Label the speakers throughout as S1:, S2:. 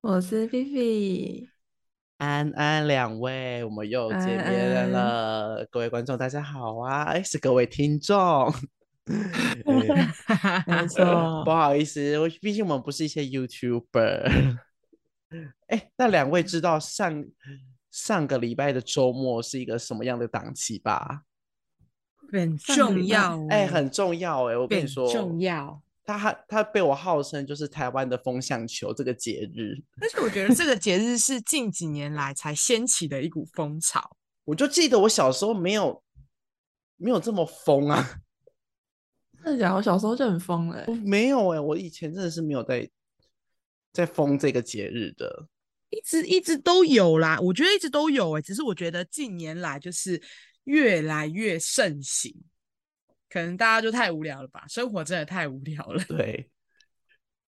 S1: 我是菲菲，
S2: 安安两位，我们又见
S1: 安
S2: 面
S1: 安
S2: 了，各位观众大家好啊！哎，是各位听 众，哎
S1: 没
S2: 不
S1: 错，
S2: 好意思，我毕竟我们不是一些 YouTuber。哎，那两位知道上上个礼拜的周末是一个什么样的档期吧？
S3: 很
S1: 上个
S3: 重
S1: 礼拜
S3: 要
S2: 哎，
S3: 哦
S2: 很重要哎，我跟你
S3: 很
S2: 说，
S3: 重要。
S2: 它还它被我号称就是台湾的风向球这个节日。
S3: 而且我觉得这个节日是近几年来才掀起的一股风潮。
S2: 我就记得我小时候没有没有这么疯啊，
S1: 真的假的？我小时候就很疯了欸、
S2: 我没有哎、我以前真的是没有在在疯这个节日的。
S3: 一直一直都有啦，我觉得一直都有哎诶、只是我觉得近年来就是越来越盛行，可能大家就太无聊了吧，生活真的太无聊了。
S2: 对，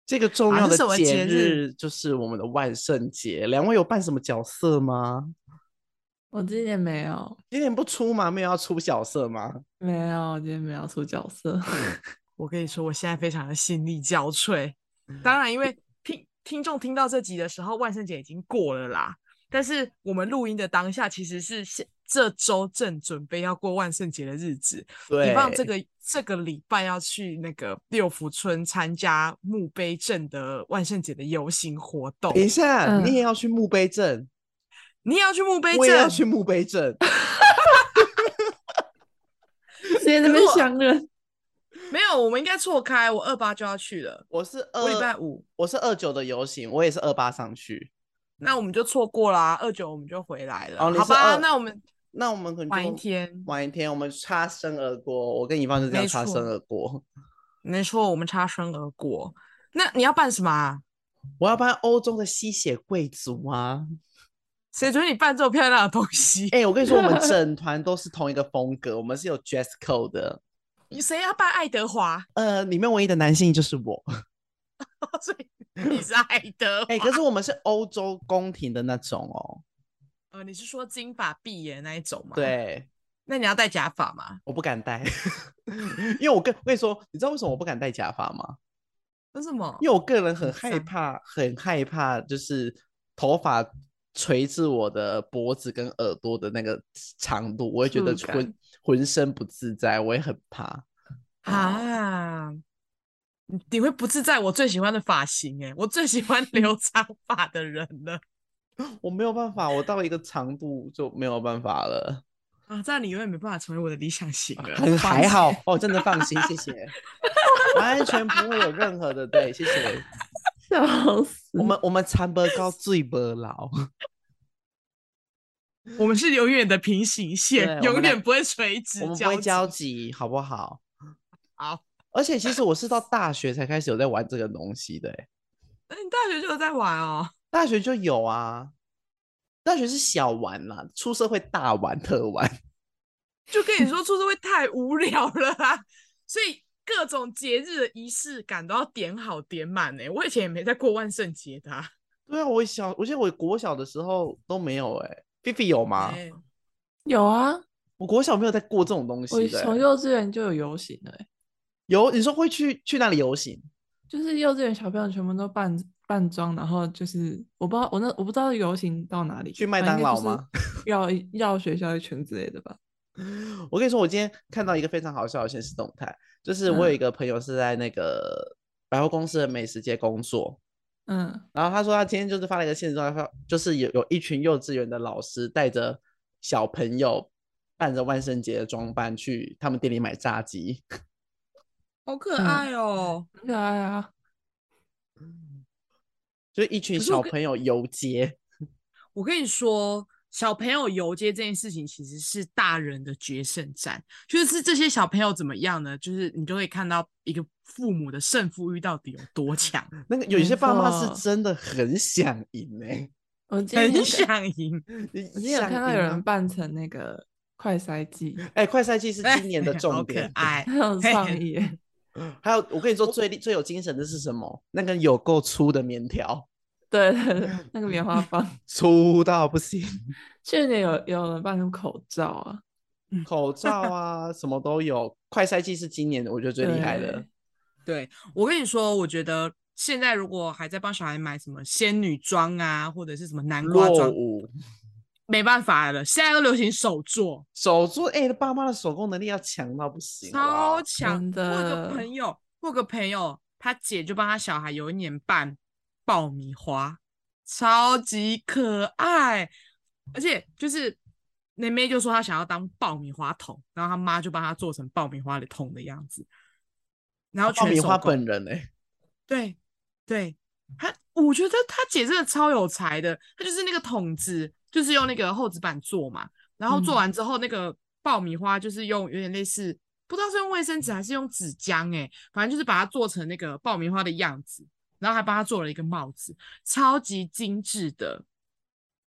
S2: 这个重
S3: 啊
S2: 要
S3: 是
S2: 的
S3: 什么
S2: 节
S3: 节日
S2: 日就是我们的万圣节。两位有扮什么角色吗？
S1: 我今年没有，
S2: 今年不出吗？没有要出角色吗？
S1: 没有，我今年没有出角 色。
S3: 我跟你说，我现在非常的心力交瘁。
S2: 嗯
S3: 当然，因为听听众听到这集的时候，万圣节已经过了啦。但是我们录音的当下，其实是现这周正准备要过万圣节的日子。
S2: 对
S3: 你，放这个这个礼拜要去那个六福村参加墓碑镇的万圣节的游行活动
S2: 等，一下，
S1: 嗯
S2: 你也要去墓碑镇，
S3: 你也要去墓碑
S2: 我也要
S3: 镇。
S2: 去墓碑 镇。
S1: 谁在那边
S3: 我
S1: 想人？
S3: 没有，我们应该错开。我二八就要去了，
S2: 我是
S3: 我礼拜
S2: 二，
S3: 五，
S2: 我是二九的游行，我也是二八上去。
S3: 那我们就错过啦。二九我们就回来了，
S2: 嗯哦你
S3: 好
S2: 是
S3: 吧？
S2: 二
S3: 那我们
S2: 那我们可能
S3: 晚一
S2: 就
S3: 天
S2: 晚一天，我们擦身而过。我跟乙方是这样
S3: 没
S2: 擦身
S3: 错
S2: 而过。
S3: 没错，我们擦身而过。那你要扮什么啊？
S2: 我要扮欧洲的吸血贵族啊！
S3: 谁准你扮这么漂亮的东西？
S2: 哎、我跟你说，我们整团都是同一个风格，我们是有 dress code 的。
S3: 你 谁要扮爱德华？
S2: 呃，里面唯一的男性就是我。
S3: 所以你是爱德 华？
S2: 哎、可是我们是欧洲宫廷的那种哦。
S3: 呃，你是说金发碧眼那一种吗？，
S2: 对，
S3: 那你要戴假发吗？
S2: 我不敢戴， 因为我跟我跟你说，你知道为什么我不敢戴假发吗？
S3: 为什么？
S2: 因为我个人很害
S3: 很脏
S2: 怕，很害怕，就是头发垂至我的脖子跟耳朵的那个长度，我会觉得
S1: 触
S2: 浑
S1: 感
S2: 浑身不自在，我也很怕。
S3: 啊，你你会不自在？我最喜欢的发型、欸，我最喜
S2: 嗯
S3: 欢留长发的人了
S2: 我没有办法，我到了一个长度就没有办法了。
S3: 啊！这样你永远没办法成为我的理想型了。
S2: 很
S3: 啊放
S2: 啊还
S3: 心
S2: 好哦，真的放心，谢谢，完全不会有任何的对，谢谢。
S1: 笑死！
S2: 我们我们长不高，最不老，
S3: 我们是永远的平行
S2: 对我
S3: 线，
S2: 们
S3: 永
S2: 来
S3: 远不会垂直
S2: 我们不
S3: 交
S2: 会交
S3: 集。
S2: 集，好不好？
S3: 好，
S2: 而且其实我是到大学才开始有在玩这个东西的、欸，
S3: 那你大学就有在玩哦？
S2: 大学就有啊，大学是小玩啦，出社会大玩特玩。
S3: 就跟你说，出社会太无聊了啊！ 所以各种节日的仪式感都要点好点满呢、我以前也没在过万圣节的、啊，
S2: 对啊，我小，我记得我国小的时候都没有哎、菲菲有吗？
S3: 哎
S1: 有啊，
S2: 我国小没有在过这种东西
S1: 我
S2: 的、
S1: 从
S2: 欸。
S1: 幼稚园就有游行了、欸，
S2: 有你说会去去那里游行？
S1: 就是幼稚园小朋友全部都扮扮装，然后就是我不知道我那我不知道游行到哪里，
S2: 去麦
S1: 反正
S2: 当
S1: 应该
S2: 劳
S1: 就是绕一绕学校一圈之类的吧。
S2: 我跟你说，我今天看到一个非常好笑的现实动态，就是我有一个朋友是在那个百货公司的美食街工作，
S1: 嗯，
S2: 然后他说他今天就是发了一个现实动态，就是有有一群幼稚园的老师带着小朋友扮着万圣节的装扮去他们店里买炸鸡，
S3: 好可
S1: 嗯
S3: 爱哦、
S1: 很可爱啊。
S2: 就是一群
S3: 可是我
S2: 小
S3: 跟
S2: 朋友游街。
S3: 我跟你说，小朋友游街这件事情其实是大人的决胜战，就是这些小朋友怎么样呢？就是你就会看到一个父母的胜负欲到底有多强，
S2: 那个有一些
S1: 没
S2: 爸妈
S1: 错
S2: 是真的很想赢哎、
S1: 我今
S3: 很
S1: 天
S3: 想赢。
S2: 你
S1: 我之前有
S2: 想
S1: 看到
S2: 赢
S1: 有
S2: 啊
S1: 人扮成那个快筛剂，
S2: 哎、快赛季是今年 的
S3: 好
S2: 重
S3: 可
S2: 点。
S3: 爱。
S1: 很有
S3: 嘿
S1: 创意耶。
S2: 还有，我跟你说最厉最有精神的是什么？那个有够粗的棉条，
S1: 对对对，
S2: 嗯
S1: 那个棉花棒，
S2: 粗到不行，
S1: 去年有有人扮成口罩啊，
S2: 口罩啊什么都有。快赛季是今年我觉得最厉害的
S1: 对。
S3: 对我跟你说，我觉得现在如果还在帮小孩买什么仙女装啊，或者是什么南瓜
S2: 落
S3: 装，
S2: 伍
S3: 没办法了，现在都流行手做，
S2: 手做，哎、爸妈的手工能力要强到不行，好不好
S3: 超强。
S1: 真
S3: 我有个
S1: 的
S3: 朋友，我有个朋友，他姐就帮他小孩有一年半爆米花，超级可爱，而且就是。妹妹就说她想要当爆米花桶，然后她妈就帮她做成爆米花的桶的样子，然后
S2: 爆
S3: 全
S2: 米
S3: 手
S2: 花
S3: 工
S2: 本人哎、
S3: 对，对，他，我觉得他姐真的超有才的。他就是那个筒子，就是用那个厚纸板做嘛，然后做
S1: 嗯
S3: 完之后，那个爆米花就是用有点类似，不知道是用卫生纸还是用纸浆、欸，反正就是把它做成那个爆米花的样子，然后还帮他做了一个帽子，超级精致的，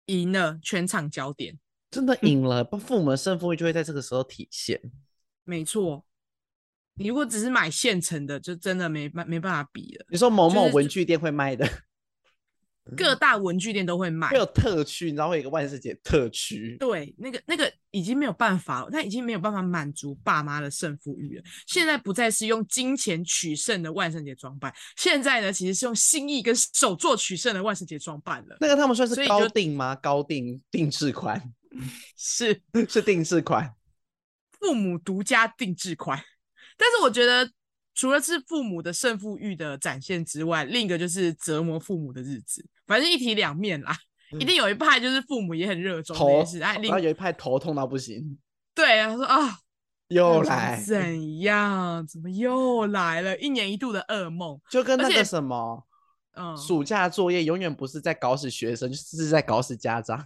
S3: 赢了全场焦点，
S2: 真 的赢了，父母的胜负欲就会在这个时候体现。
S3: 没错。你如果只是买现成的，就真的没办没办法比了。
S2: 你说某
S3: 就
S2: 某
S3: 是
S2: 文具店会卖的，
S3: 各大文具店都会卖
S2: 会，有特区，你知道会有一个万圣节特区，
S3: 对，那个那个已经没有办法了，他已经没有办法满足爸妈的胜负欲了。现在不再是用金钱取胜的万圣节装扮，现在呢，其实是用心意跟手作取胜的万圣节装扮了。
S2: 那个他们算
S3: 所
S2: 是
S3: 以
S2: 高
S3: 就
S2: 定吗？高定定制款
S3: 是
S2: 是定制款，
S3: 父母独家定制款，但是我觉得除了是父母的胜负欲的展现之外，另一个就是折磨父母的日子，反正一体两面啦。一定有一派就是父母也很热衷这
S2: 头
S3: 件事，哎，另
S2: 然后有一派头痛到不行，
S3: 对啊，说啊，
S2: 又
S3: 那想
S2: 来，
S3: 怎样？怎么又来了？一年一度的噩梦，
S2: 就跟
S3: 而
S2: 那
S3: 且
S2: 个什么。
S3: 嗯，
S2: 暑假作业永远不是在搞死学生，就是在搞死家长。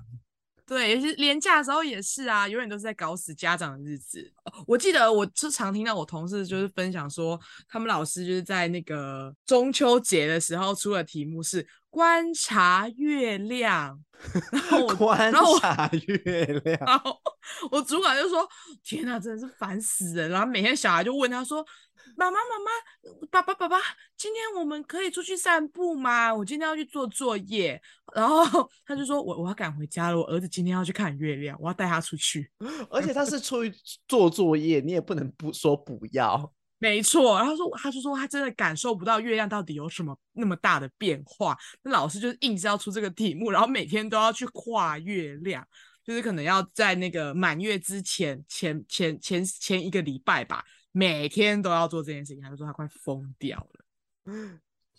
S3: 对，尤其是廉价的时候也是啊，永远都是在搞死家长的日子。呃我记得我就常听到我同事就是分享说，他们老师就是在那个中秋节的时候出的题目是观察月亮，然后 我
S2: 观
S3: 然后我
S2: 察月亮，
S3: 然后 我主管就说：“天哪，真的是烦死人！”然后每天小孩就问他说：“妈妈，妈妈，爸爸，爸爸，今天我们可以出去散步吗？我今天要去做作业。”然后 他就说：“我我要赶回家了，我儿子今天要去看月亮，我要带他出去。
S2: 而且他是出于做作业，你也不能不说不要。”
S3: 没错，然后说他就说他真的感受不到月亮到底有什么那么大的变化。那老师就是硬是要出这个题目，然后每天都要去跨月亮。就是可能要在那个满月之前前前前前一个礼拜吧，每天都要做这件事情，他就说他快疯掉了。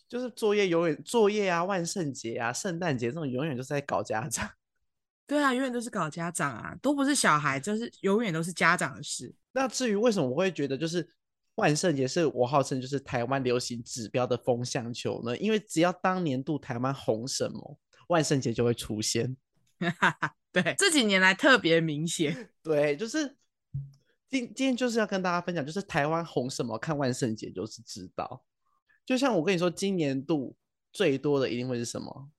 S2: 就是作业永远作业啊，万圣节啊，圣诞节这种永远就是在搞家长。
S3: 对啊，永远都是搞家长啊，都不是小孩，就是永远都是家长的事。
S2: 那至于为什么我会觉得就是万圣节是我号称就是台湾流行指标的风向球呢？因为只要当年度台湾红什么，万圣节就会出现。
S3: 对，这几年来特别明显。
S2: 对，就是今今天就是要跟大家分享，就是台湾红什么，看万圣节就是知道。就像我跟你说，今年度最多的一定会是什么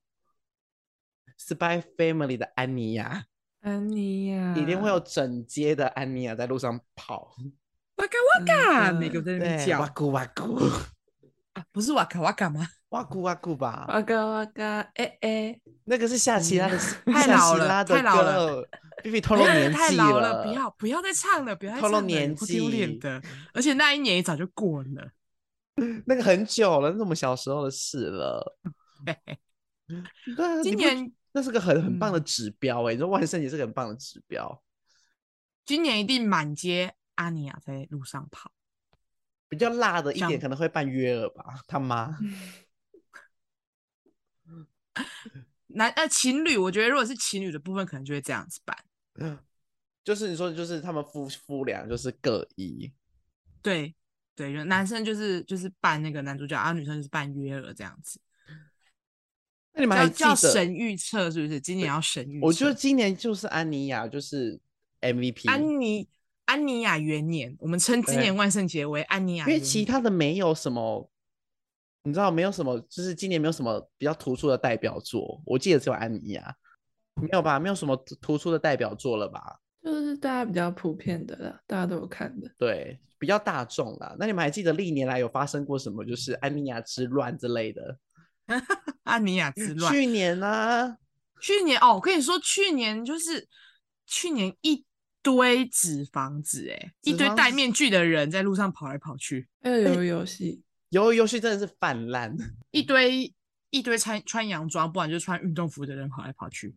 S2: ？Spy Family 的安妮亚，
S1: 安妮呀，
S3: 嗯
S2: 一定会有整街的安妮亚在路上跑，
S3: 哇嘎嗯
S1: 真
S3: 哇嘎，
S1: 的
S3: 每个在那边
S2: 对，
S3: 叫
S2: 哇
S3: 啊，
S2: 咕哇咕，
S3: 不是哇嘎哇嘎吗？
S2: 哇咕哇咕
S3: 呃
S2: 吧，
S1: 哇嘎哇嘎，哎哎，
S2: 那个是夏奇拉的，
S3: 太
S2: 夏
S3: 老
S2: 奇
S3: 了
S2: 拉的
S3: 太老了
S2: 歌，B B 透
S3: 不
S2: 露
S3: 要
S2: 年
S3: 太
S2: 纪
S3: 老了，不要不要再唱了，不要再
S2: 透
S3: 唱
S2: 露
S3: 了，
S2: 年
S3: 会
S2: 纪
S3: 丢脸的。而且那一年也早就过了。
S2: 那个很久了，那是我们小时候的事了。对啊， 嗯你
S3: 今
S2: 不觉
S3: 年
S2: 那是个很很棒的
S3: 嗯
S2: 指标哎、你说万圣节是个很棒的指标，
S3: 今年一定满街阿尼亚在路上跑。
S2: 比较辣的一点
S3: 像嗯
S2: 可能会办约尔吧，他妈
S3: 男呃情侣，我觉得如果是情侣的部分，可能就会这样子办。
S2: 就是你说就是他们夫夫俩就是各一，
S3: 对对，啊就男生就是就是扮那个男主角，然后女生就是扮约了这样子。
S2: 那你们还
S3: 叫
S2: 记
S3: 叫
S2: 得？
S3: 神预测是不是？今年要神预测，
S2: 我觉得今年就是安妮亚就是 MVP，
S3: 安妮安妮亚元年，我们称今
S2: 对
S3: 年万圣节为安妮亚
S2: 因
S3: 元
S2: 为
S3: 年，
S2: 其他的没有什么，你知道没有什么，就是今年没有什么比较突出的代表作，我记得只有安妮亚，没有吧？没有什么突突出的代表作了吧？
S1: 就是大家比较普遍的啦，大家都有看的。
S2: 对，比较大众啦。那你们还记得历年来有发生过什么，就是安妮亚之乱之类的？
S3: 安妮亚之乱。
S2: 去年呢、啊，
S3: 去年哦，我跟你说，去年就是去年一堆纸房子、欸，一
S2: 纸
S3: 堆
S2: 房
S3: 戴
S2: 子
S3: 面具的人在路上跑来跑去，
S1: 还有
S2: 哎
S1: 游游戏，
S2: 游游戏真的是泛滥，
S3: 一堆一堆穿穿洋装，不然就穿运动服的人跑来跑去。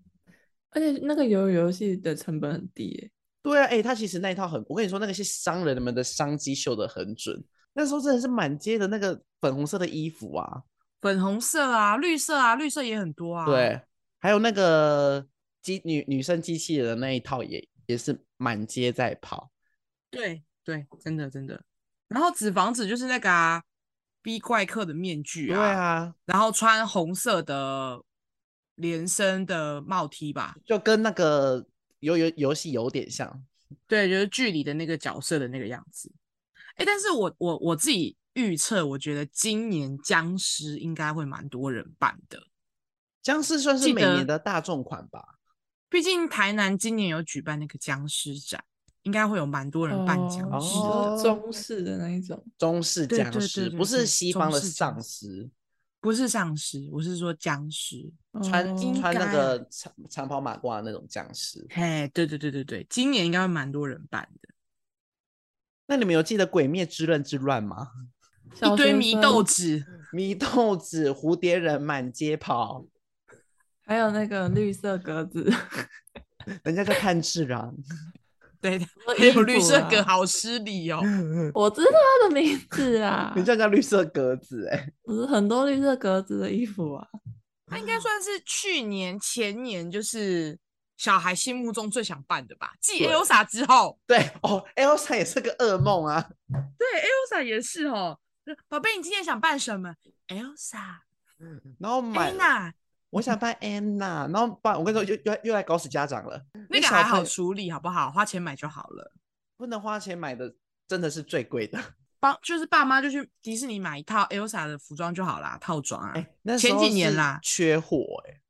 S1: 而且那个游游戏的成本很低耶、
S2: 对啊，哎、他其实那一套很，我跟你说，那个些商人们的商机秀的很准。那时候真的是满街的那个粉红色的衣服啊，
S3: 粉红色啊，绿色啊，绿色也很多啊。
S2: 对，还有那个机女女生机器人的那一套也也是满街在跑。
S3: 对对，真的真的。然后纸房子就是那个啊逼怪客的面具
S2: 对啊，
S3: 然后穿红色的连身的帽 T 吧，
S2: 就跟那个游游游戏有点像。
S3: 对，就是剧里的那个角色的那个样子。哎，但是我我我自己预测，我觉得今年僵尸应该会蛮多人办的，
S2: 僵尸算是
S3: 记
S2: 每年
S3: 得
S2: 的大众款吧？
S3: 毕竟台南今年有举办那个僵尸展，应该会有蛮多人办僵
S1: 哦
S3: 尸。
S2: 哦
S1: 就是中式的那一种。
S2: 中式
S3: 对
S2: 僵
S3: 对对
S2: 尸，
S3: 对
S2: 不是
S3: 对
S2: 西
S3: 中
S2: 方的
S3: 式僵
S2: 丧
S3: 尸
S2: 尸，
S3: 不是丧尸，我是说僵尸。
S2: 穿、
S1: 哦
S3: 应
S2: 穿那
S3: 该
S2: 个长长袍马褂的那种僵尸。
S3: 嘿，对对对对对，今年应该会蛮多人办的。
S2: 那你们有记得《鬼灭之刃》之乱吗？
S1: 小
S3: 一堆
S1: 学
S3: 迷
S1: 生
S3: 豆，子，
S2: 祢豆子、蝴蝶人满街跑，
S1: 还有那个绿色格 子，
S2: 人家叫炭治 郎。，
S3: 对 的，
S1: 我
S3: 还有
S1: 衣
S3: 绿
S1: 服
S3: 色
S1: 啊
S3: 格，好失礼哦。
S1: 我知道他的名字啊
S2: 人家叫绿色格子、欸，哎，
S1: 我是很多绿色格子的衣服啊。
S3: 它应该算是去年前年就是小孩心目中最想办的吧，继
S2: 对
S3: Elsa 之后，
S2: 对哦，Elsa 也是个噩梦啊。
S3: 对 Elsa 也是哦。宝贝，你今天想办什么？Elsa、
S2: 然后买，
S3: Anna，
S2: 我想扮 Anna，然后扮我跟你说，又又又来搞死家长了。
S3: 那个
S2: 小
S3: 还
S2: 朋
S3: 好
S2: 友
S3: 处理，好不好？花钱买就好了。
S2: 不能花钱买的真的是最贵的。
S3: 帮就是爸妈就去迪士尼买一套 Elsa 的服装就好啦，套装啊。
S2: 哎、那时
S3: 前
S2: 候
S3: 几年
S2: 是
S3: 啦
S2: 缺货、欸，哎，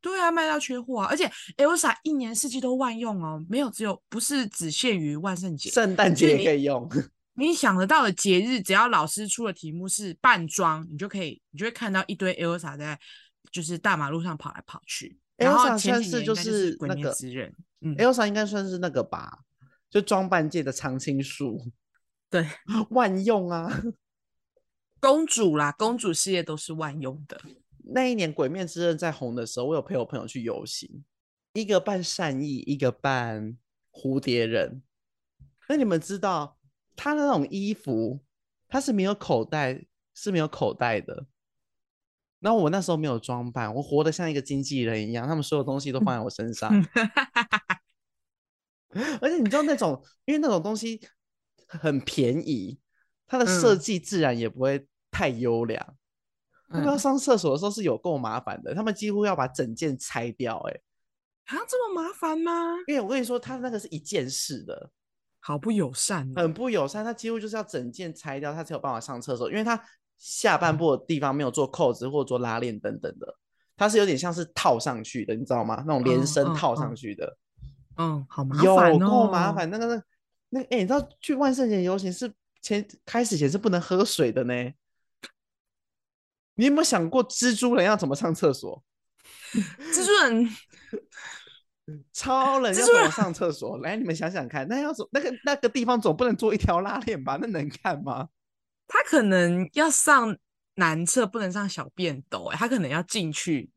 S3: 对啊，卖到缺货啊，而且 Elsa 一年四季都万用哦，没有只有不是只限于万圣节，
S2: 圣诞
S3: 就
S2: 节
S3: 你
S2: 也可以用。
S3: 你想得到的节日，只要老师出的题目是扮装，你就可以，你就会看到一堆 Elsa 在就是大马路上跑来跑去。然后
S2: Elsa 算
S3: 前
S2: 是
S3: 几年
S2: 就
S3: 应该就是《鬼
S2: 那
S3: 灭
S2: 个
S3: 之刃》，嗯
S2: Elsa 应该算是那个吧，就装扮界的常青树，
S3: 对，
S2: 万用啊。
S3: 公主啦，公主系列都是万用的。
S2: 那一年《鬼灭之刃》在红的时候，我有陪我朋友去游行，一个扮善意，一个扮蝴蝶人。那你们知道他的那种衣服，他是没有口袋，是没有口袋的。然后我那时候没有装扮，我活得像一个经纪人一样，他们所有东西都放在我身上。 而且你知道那种，因为那种东西很便宜，它的设
S3: 嗯
S2: 计自然也不会太优良。他们
S3: 嗯
S2: 要上厕所的时候是有够麻烦的，他们几乎要把整件拆掉、欸。哎，
S3: 啊，这么麻烦吗？
S2: 因为我跟你说，他那个是一件式的，
S3: 好不友善哦。
S2: 很不友善。他几乎就是要整件拆掉，他才有办法上厕所，因为他下半部的地方没有做扣子或者做拉链等等的，它是有点像是套上去的，你知道吗？那种连
S3: 嗯
S2: 身
S3: 嗯
S2: 套
S3: 嗯
S2: 上去的。
S3: 嗯，好麻烦
S2: 有
S3: 哦，
S2: 够麻。烦。那个那那哎、欸你知道去万圣节游行是前开始前是不能喝水的呢？你有没有想过蜘蛛人要怎么上厕所？
S3: 蜘蛛人
S2: 超人
S3: 蜘
S2: 要
S3: 蛛
S2: 怎么
S3: 人
S2: 上厕所？来，你们想想看，那要怎那个那个地方总不能做一条拉链吧？那能看吗？
S3: 他可能要上男厕，不能上小便斗、欸，他可能要进去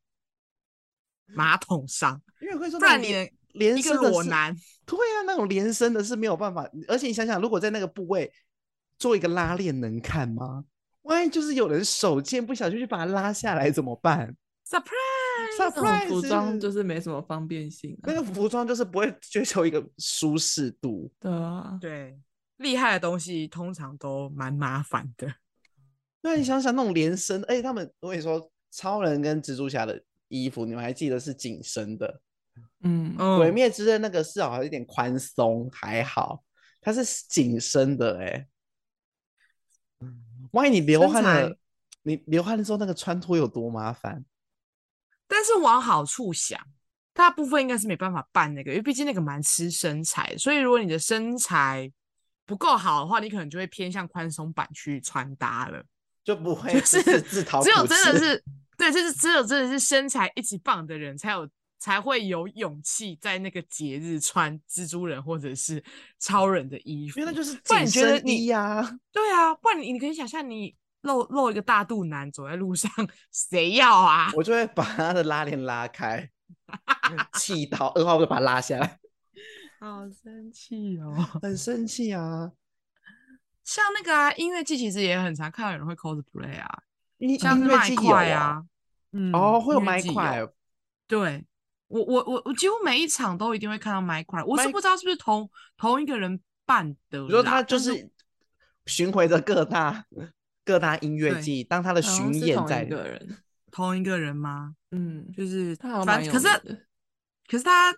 S3: 马桶上，
S2: 因为会说
S3: 不
S2: 嗯那
S3: 然
S2: 种
S3: 你
S2: 连
S3: 能
S2: 连
S3: 一个
S2: 身的
S3: 裸
S2: 是
S3: 男。
S2: 对啊，那种连身的是没有办法，而且你想想，如果在那个部位做一个拉链，能看吗？万一就是有人手贱不小心去把它拉下来怎么办
S3: surprise，
S1: 那种服
S2: Surprise
S1: 装就是没什么方便性、啊
S2: 那。个服装就是不会追求一个舒适度。
S1: 对啊，
S3: 对，厉害的东西通常都蛮麻烦的。
S2: 哎对，你想想那种连身，而且他们我跟你说，超人跟蜘蛛侠的衣服，你们还记得是紧身的。
S1: 嗯，
S3: 嗯
S2: 鬼灭之刃那个是好像有点宽松，还好，它是紧身的哎、万一你流
S3: 嗯身
S2: 汗了
S3: 材，
S2: 你流汗之后那个穿脱有多麻烦？
S3: 但是往好处想，大部分应该是没办法办那个，因为毕竟那个蛮吃身材，所以如果你的身材不够好的话，你可能就会偏向宽松版去穿搭了。
S2: 就不会
S3: 就
S2: 只
S3: 是
S2: 自讨
S3: 只有
S2: 苦
S3: 真的
S2: 吃
S3: 是，对，就是只有真的是身材一级棒的人才有才会有勇气在那个节日穿蜘蛛人或者是超人的衣服，
S2: 因为那就是
S3: 不然
S2: 紧
S3: 你觉得
S2: 身衣
S3: 你
S2: 呀、
S3: 对啊，不然你你可以想象你露露一个大肚腩走在路上， 谁要啊？
S2: 我就会把他的拉链拉开，气到二号就把他拉下来，
S3: 好生气哦！
S2: 很生气啊！
S3: 像那个啊，音乐季其实也很常看到有人会 cosplay 啊，
S2: 音
S3: 像
S2: 音
S3: 是
S2: 乐
S3: 麦
S2: 季有
S3: 块
S2: 啊，
S3: 啊，嗯，
S2: 哦，会有
S3: 音乐
S2: 麦
S3: 季
S2: 块，
S3: 对我我我我几乎每一场都一定会看到 My Cry，我是
S2: 麦
S3: 不知道是不是同同一个人办的啦，
S2: 比如说他就
S3: 但
S2: 是巡回着各大各大音乐
S3: 对
S2: 季，当他的
S1: 好像
S2: 巡
S1: 是
S2: 演
S1: 同
S2: 在
S1: 一个人，
S3: 同一个人吗？
S1: 嗯，
S3: 就是
S1: 他好像
S3: 反
S1: 蛮
S3: 正
S1: 有
S3: 可是
S1: 名的
S3: 可是他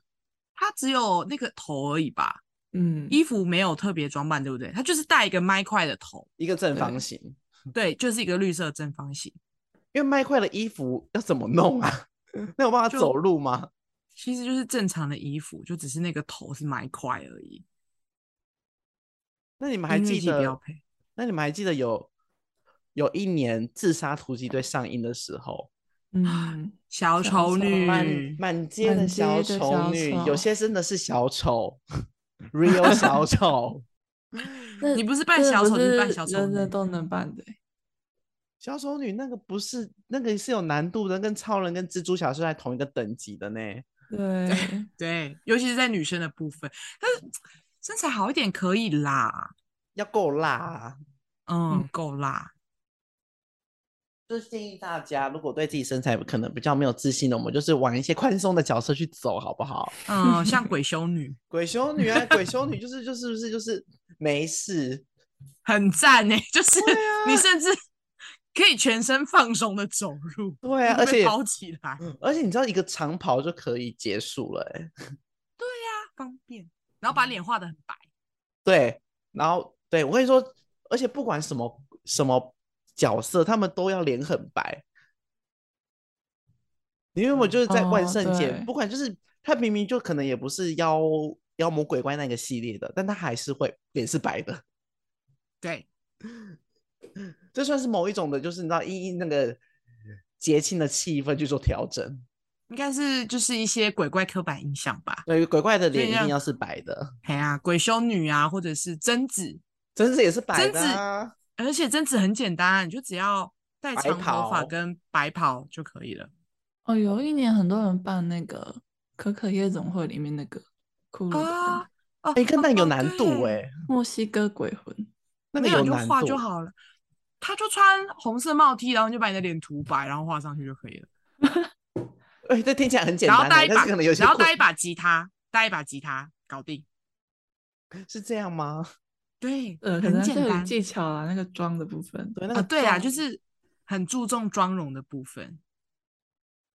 S3: 他只有那个头而已吧，
S1: 嗯，
S3: 衣服没有特别装扮，对不对？他就是戴一个麦块的头，
S2: 一个正
S1: 对
S2: 方形，
S3: 对，就是一个绿色正方形。
S2: 因为麦块的衣服要怎么弄啊？ 那有办法
S3: 就
S2: 走路吗？
S3: 其实就是正常的衣服，就只是那个头是麦块而已。
S2: 那你们还
S3: 音乐
S2: 记
S3: 季标
S2: 得？
S3: 配
S2: 那你们还记得有有一年《自杀突击队》上映的时候，
S1: 嗯，
S3: 小
S1: 小
S3: 丑
S1: 丑
S3: 女，
S2: 满满街的
S1: 嗯满街
S2: 小
S1: 的
S2: 丑
S1: 小
S2: 女，
S1: 丑
S2: 有些真的是小丑 ，real 小丑。
S1: 那
S3: 嗯你不是扮
S1: 真的
S3: 小
S1: 不
S3: 丑就是扮
S1: 是
S3: 小丑
S1: 人人
S3: 女
S1: 都能扮的欸，
S2: 小丑女那个不是那个是有难度的，跟超人跟蜘蛛侠是在同一个等级的呢。
S1: 对，
S3: 对，尤其是在女生的部分，但是身材好一点可以啦，
S2: 要够辣、啊。
S3: 嗯
S1: 嗯，
S3: 够辣。
S2: 就是建议大家，如果对自己身材可能比较没有自信的，我们就是往一些宽松的角色去走，好不好？
S3: 嗯，像鬼修女，
S2: 鬼修女啊，鬼修女就是就是不是就是没事，
S3: 很赞呢、就是、你甚至可以全身放松的走路，
S2: 对啊，
S3: 不
S2: 而
S3: 被
S2: 且嗯
S3: 包起来，
S2: 而且你知道一个长袍就可以结束了、欸，
S3: 方便，然后把脸画的很白，
S2: 对，然后对我跟你说，而且不管什么什么角色，他们都要脸很白。你有没
S3: 嗯
S2: 有就是在万
S1: 哦
S2: 圣节，
S1: 对
S2: 不管就是他明明就可能也不是妖妖魔鬼怪那个系列的，但他还是会脸是白的，
S3: 对，
S2: 这算是某一种的，就是你知道因那个节庆的气氛去做调整。
S3: 应该是就是一些鬼怪刻板印象吧。
S2: 对，鬼怪的
S3: 所以
S2: 脸一定
S3: 让
S2: 要是白的，
S3: 哎呀、鬼修女啊，或者是贞子，
S2: 贞子也是白
S3: 贞
S2: 的
S3: 子
S2: 啊。
S3: 而且贞子很简单啊，你就只要戴
S2: 白
S3: 长头发
S2: 袍
S3: 跟白袍就可以了。
S1: 哦，有一年很多人扮那个可可夜总会里面那个骷髅的
S3: 啊
S1: 人，
S3: 哦，
S2: 哎、跟那个有
S3: 哦
S2: 难度哎、
S3: 对
S1: 墨西哥鬼魂，
S2: 那个
S3: 没有你就
S2: 难
S3: 画
S2: 度。
S3: 就好了。他就穿红色帽 T，然后你就把你的脸涂白，然后画上去就可以了。
S2: 哎、这听起来很简
S3: 然
S2: 单、
S3: 后
S2: 欸，
S3: 带一
S2: 但
S3: 把，
S2: 是可能有些
S3: 然后
S2: 困
S3: 带一把吉他，带一把吉他，搞定。
S2: 是这样吗？
S3: 对，
S1: 呃，可
S3: 很
S1: 能
S3: 简
S1: 是有
S3: 单
S1: 技巧啦，那个妆的部分。
S2: 对，那
S3: 啊。
S2: 个
S3: 对啊，
S2: 妆
S3: 就是很注重妆容的部 分。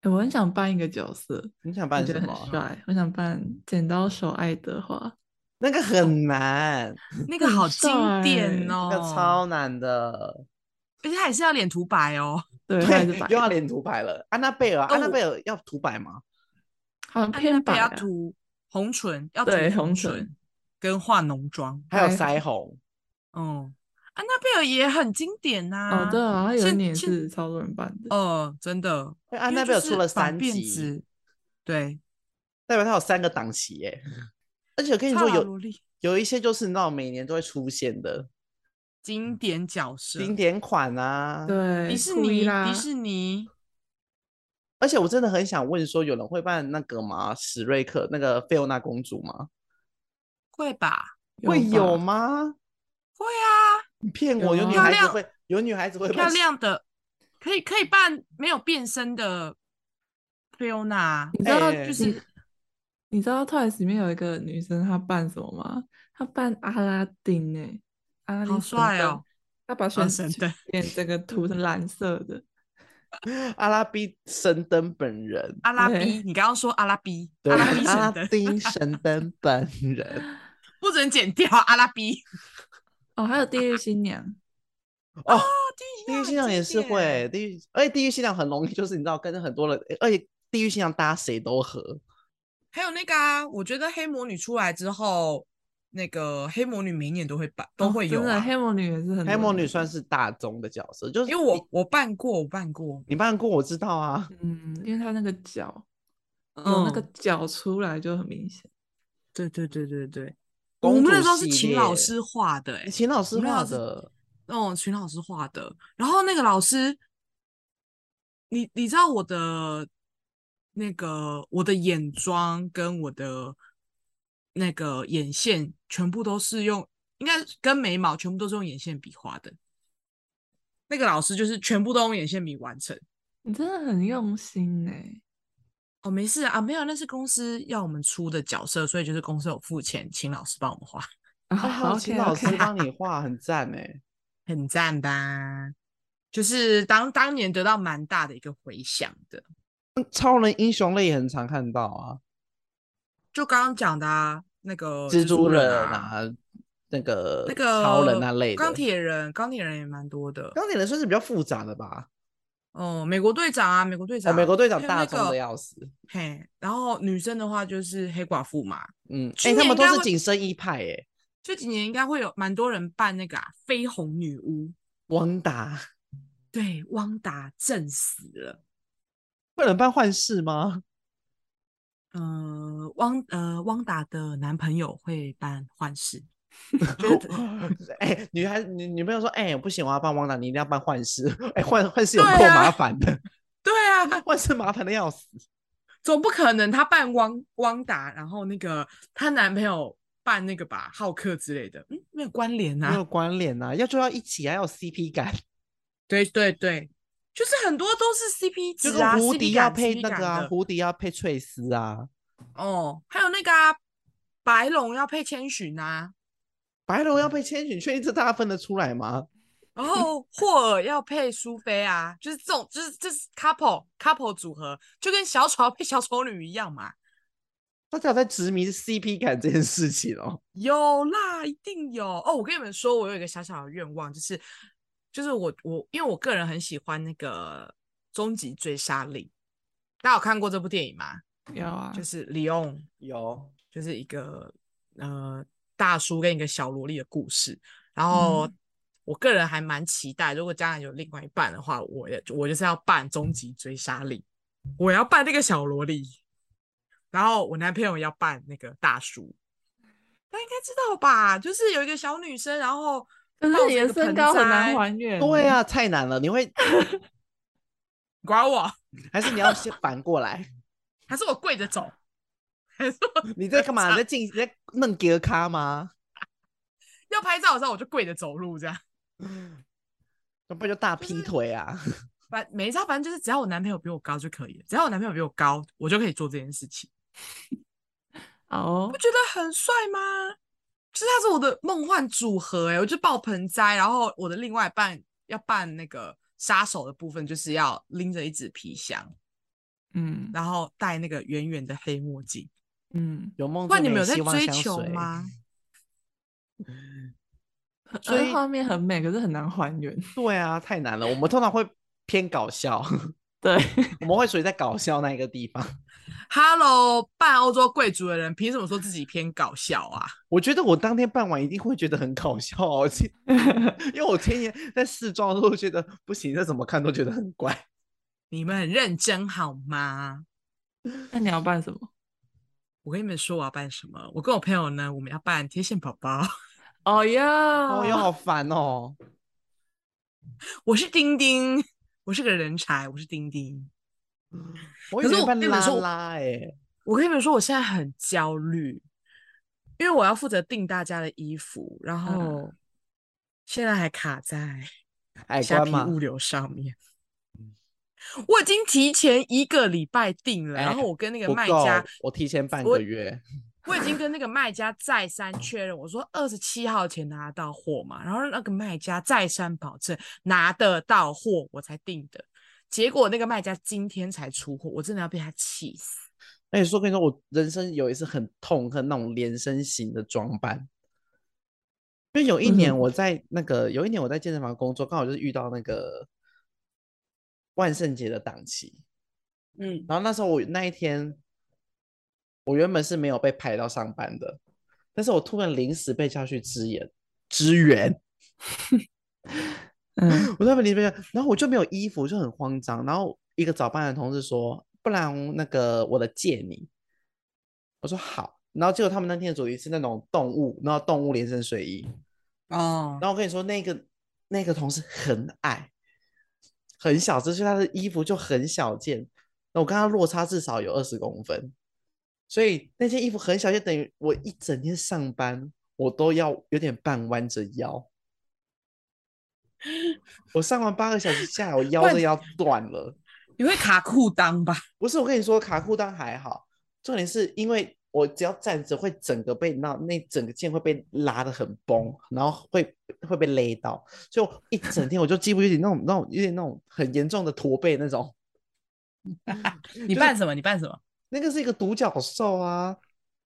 S1: 欸我很想扮一个角色，
S2: 你想
S1: 我
S2: 扮
S1: 觉
S2: 什
S1: 得
S2: 么
S1: 很
S2: 啊？
S1: 帅，我想扮剪刀手爱德华。
S2: 那个很难，
S3: 那个
S1: 很
S3: 好经典
S1: 帅
S3: 哦
S2: 那，个超难的。
S3: 而且他也是要脸涂白哦。
S1: 对，他还是白
S2: 对，又要
S1: 的，
S2: 脸涂白了。安娜贝尔啊，安娜
S3: 哦
S2: 贝尔要涂白吗？
S1: 好像
S3: 安
S1: 偏
S3: 娜贝
S1: 白
S3: 要
S1: 啊
S3: 涂红唇，要涂
S1: 对
S3: 红
S1: 红
S3: 唇
S1: 唇
S3: 跟化浓妆。
S2: 还有
S1: 白
S2: 腮红，
S3: 嗯，安娜贝尔也很经典呐、
S1: 哦，对啊，他有一
S3: 现
S1: 年
S3: 现
S1: 是超多人扮的。
S3: 呃，真的，
S2: 因为安
S3: 因为
S2: 娜
S3: 就
S2: 贝尔出
S3: 是
S2: 了
S3: 反
S2: 三
S3: 变
S2: 集，
S3: 质，对，
S2: 代表她有三个档期耶。而且我跟你
S3: 帕
S2: 说，
S3: 拉
S2: 有
S3: 罗莉
S2: 有一些就是你知道每年都会出现的
S3: 经典角色，
S2: 经典款啊。
S1: 对，
S3: 迪士
S1: 库伊
S3: 尼，
S1: 拉
S3: 迪士尼，
S2: 而且我真的很想问说，有人会扮那个吗？史瑞克那个菲欧娜公主吗？
S3: 会吧？
S2: 会有
S1: 吧？
S2: 吗？
S3: 会啊，
S2: 你骗我，有
S1: 有
S2: 女
S1: 啊
S2: 孩
S3: 漂
S2: 子
S3: 亮
S2: 会，有女孩子会
S3: 漂
S2: 扮
S3: 亮的，可以可以扮没有变身的菲欧娜，
S1: 你知道
S2: 哎
S3: 就是
S1: 你知道 Twice 里面有一个女生，她扮什么吗？她扮阿拉丁诶、阿拉
S3: 好
S1: 丁神
S3: 帅
S1: 灯
S3: 哦！
S1: 她把
S3: 啊
S1: 全
S3: 神
S1: 身
S3: 灯
S1: 脸整个涂成蓝色的，
S2: 阿拉比神灯本人，
S3: 阿拉
S1: 对
S3: 比，你刚刚说阿拉比，
S2: 对，
S3: 阿拉比
S2: 阿
S3: 神
S2: 拉
S3: 灯，
S2: 丁神灯本人。
S3: 不准剪掉阿拉比。
S1: 哦，还有地狱新娘，
S2: 哦，
S3: 地
S2: 地狱新娘
S3: 很
S2: 也是
S3: 经
S2: 会
S3: 典，
S2: 地狱，而且地狱新娘很容易，就是你知道跟很多人，而且地狱新娘大家谁都合，
S3: 还有那个啊，我觉得黑魔女出来之后，那个黑魔女每一年都会办，都
S1: 哦
S3: 会有
S1: 真的
S3: 啊。
S1: 黑魔女也是很
S2: 黑魔
S1: 多
S2: 女
S1: 人
S2: 算是大宗的角色，就是
S3: 因为
S2: 你
S3: 我我办过，我办过，
S2: 你办过我知道啊，
S1: 嗯，因为她那个脚有那个
S3: 嗯
S1: 脚出来就很明显，
S3: 对对对对对，我
S2: 公
S3: 们那
S2: 主
S3: 时候是
S2: 系
S3: 秦老
S2: 列
S3: 师画的、欸，
S2: 秦老师
S3: 我们
S2: 画
S3: 老师
S2: 的，
S3: 哦，群老师画的。然后那个老师，你你知道我的那个我的眼妆跟我的那个眼线全部都是用，应该跟眉毛全部都是用眼线笔画的。那个老师就是全部都用眼线笔完成。
S1: 你真的很用心哎、
S3: 哦，没事啊，没有，那是公司要我们出的角色，所以就是公司有付钱，请老师帮我们画，
S2: 哎，
S1: 啊，
S2: 还有秦
S1: OK，
S2: 老师
S1: OK
S2: 帮你画，很赞哎、
S3: 很赞吧？就是当当年得到蛮大的一个回响的。
S2: 超人英雄类也很常看到啊，
S3: 就刚刚讲的啊，那个
S2: 蜘蛛人
S3: 啊，
S2: 啊，那个
S3: 那个
S2: 超人那类的，
S3: 钢铁人，钢铁人也蛮多的。
S2: 钢铁人算是比较复杂的吧，
S3: 哦，美国队长啊，美国队
S2: 哦，
S3: 长，
S2: 美国队长
S3: 还有
S2: 大
S3: 那
S2: 宗的
S3: 个
S2: 要死，
S3: 嘿，然后女生的话就是黑寡妇嘛，
S2: 嗯，哎、
S3: 今
S2: 他
S3: 年
S2: 们都
S3: 应该
S2: 是
S3: 会
S2: 紧身衣派哎、欸，
S3: 这几年应该会有蛮多人扮那个、啊、绯红女巫。
S2: 王达
S3: 对，汪达震死了。
S2: 会有人扮幻视吗？
S3: 呃，汪呃汪达的男朋友会扮 幻视，
S2: 哎、女孩女女朋友说，哎、不行，我要扮汪达，你一定要扮幻视， 哎、幻幻视有
S3: 对
S2: 够
S3: 啊
S2: 麻烦 的，
S3: 对啊，
S2: 幻视麻烦的要死，
S3: 总不可能她扮汪汪达，然后那个她男朋友扮那个吧浩克之类的，嗯，没有关联
S2: 没
S3: 啊
S2: 有。关联啊，要就要一起啊，要有 CP 感，
S3: 对对对，就是很多都是 CP
S2: 就
S3: 值
S2: 跟
S3: 啊，
S2: 胡
S3: CP
S2: 迪要
S3: 感
S2: 配
S3: ，CP
S2: 那
S3: 感
S2: 个啊，
S3: 的
S2: 胡迪要配翠丝啊，
S3: 哦，还有那个啊，白龙要配千寻啊，
S2: 白龙要配千寻，确定这大家分得出来吗？
S3: 然后霍尔要配苏菲啊，就是这种，就是这、就是 couple couple 组合，就跟小丑要配小丑女一样嘛。
S2: 大家有在执迷 CP 感这件事情哦，
S3: 有啦，一定有哦！我跟你们说，我有一个小小的愿望，就是就是我我因为我个人很喜欢那个《终极追杀令》，大家有看过这部电影吗？
S1: 有啊，
S3: 就是李翁
S2: 有
S3: 就是一个呃大叔跟一个小萝莉的故事。然后、
S1: 嗯
S3: 我个人还蛮期待，如果将来有另外一半的话，我也我就是要办终极追杀令，我要扮那个小萝莉，然后我男朋友要扮那个大叔。大家应该知道吧？就是有一个小女生，然后
S1: 可是
S3: 抱
S1: 你
S3: 着一
S1: 的
S3: 个
S1: 身
S3: 盆
S1: 高很
S3: 栽
S1: 难还原、欸
S2: 对，啊，太难了，你会
S3: 管我，
S2: 还是你要先反过来？
S3: 还是我跪着走，还是我
S2: 你在干嘛？你
S3: 啊
S2: 在进你在弄给尔咖吗？
S3: 要拍照的时候我就跪着走路这样。
S2: 要不然就大劈腿啊！
S3: 反没差，反正就是只要我男朋友比我高就可以了，只要我男朋友比我高，我就可以做这件事情。
S1: 好哦
S3: 不，觉得很帅吗？就是他是我的梦幻组合哎、我就爆盆栽，然后我的另外一半要扮那个杀手的部分，就是要拎着一只皮箱，
S1: 嗯
S3: 然后戴那个圆圆的黑墨镜。
S1: 嗯，
S2: 有梦
S3: 不然
S2: 最
S3: 你们
S2: 美
S3: 有在
S2: 希望
S3: 追
S2: 相
S3: 求
S2: 随
S3: 吗？？
S1: 所
S2: 所以
S1: 以画面很美，可是很难还原。
S2: 对啊，太难了。我们通常会偏搞笑，
S1: 对，
S2: 我们会属于在搞笑那一个地方。
S3: Hello，扮欧洲贵族的人凭什么说自己偏搞笑啊？
S2: 我觉得我当天办完一定会觉得很搞笑哦、而且因为我前天在试妆的时候觉得不行，这怎么看都觉得很怪。
S3: 你们很认真好吗？
S1: 那你要扮什么？
S3: 我跟你们说我要扮什么？我跟我朋友呢，我们要扮贴线宝宝，
S1: 哦哟，
S2: 哦
S3: 啊
S1: 哦
S2: 哟，好烦哦！
S3: 我是丁丁，我是个人才，我是丁丁。
S2: 我
S3: 可
S2: 有
S3: 是
S2: 点
S3: 我
S2: 办
S3: 跟你们
S2: 拉
S3: 说
S2: 拉哎、
S3: 我跟你们说，我现在很焦虑，因为我要负责订大家的衣服，然后现在还卡在
S2: 哦海
S3: 虾
S2: 关嗯
S3: 皮
S2: 哎嘛，
S3: 物流上面。我已经提前一个礼拜订了，
S2: 哎
S3: 然后我跟那个
S2: 不
S3: 卖
S2: 够
S3: 家，，
S2: 我提前半
S3: 我
S2: 个月。
S3: 我已经跟那个卖家再三确认，我说二十七号前拿到货嘛，然后那个卖家再三保证拿得到货，我才订的。结果那个卖家今天才出货，我真的要被他气死。
S2: 哎，说跟你说，我人生有一次很痛恨那种连身型的装扮，因为有一年
S1: 嗯
S2: 我在那个，有一年我在健身房工作，刚好就是遇到那个万圣节的档期，
S4: 嗯，
S2: 然后那时候我那一天，我原本是没有被派到上班的，但是我突然临时被叫去支援支援，
S1: 嗯，
S2: 我在那边边，然后我就没有衣服，就很慌张。然后一个早班的同事说：“不然那个我的借你。”我说好。然后结果他们那天的主题是那种动物，然后动物连身睡衣。
S3: 哦
S2: 然，后我跟你说，那个那个同事很矮，很小只，所以他的衣服就很小件。那我跟他落差至少有二十公分，所以那件衣服很小，就等于我一整天上班，我都要有点半弯着腰。我上完八个小时下来，我腰
S3: 万
S2: 都要断了。
S3: 你会卡裤裆吧？
S2: 不是，我跟你说，卡裤裆还好，重点是因为我只要站着，会整个被那那整个线会被拉得很崩，然后会会被勒到，所以我一整天我就几乎有点那种那种有点那种很严重的驼背那种。
S3: 你扮什么？你扮什么？
S2: 那个是一个独角兽啊！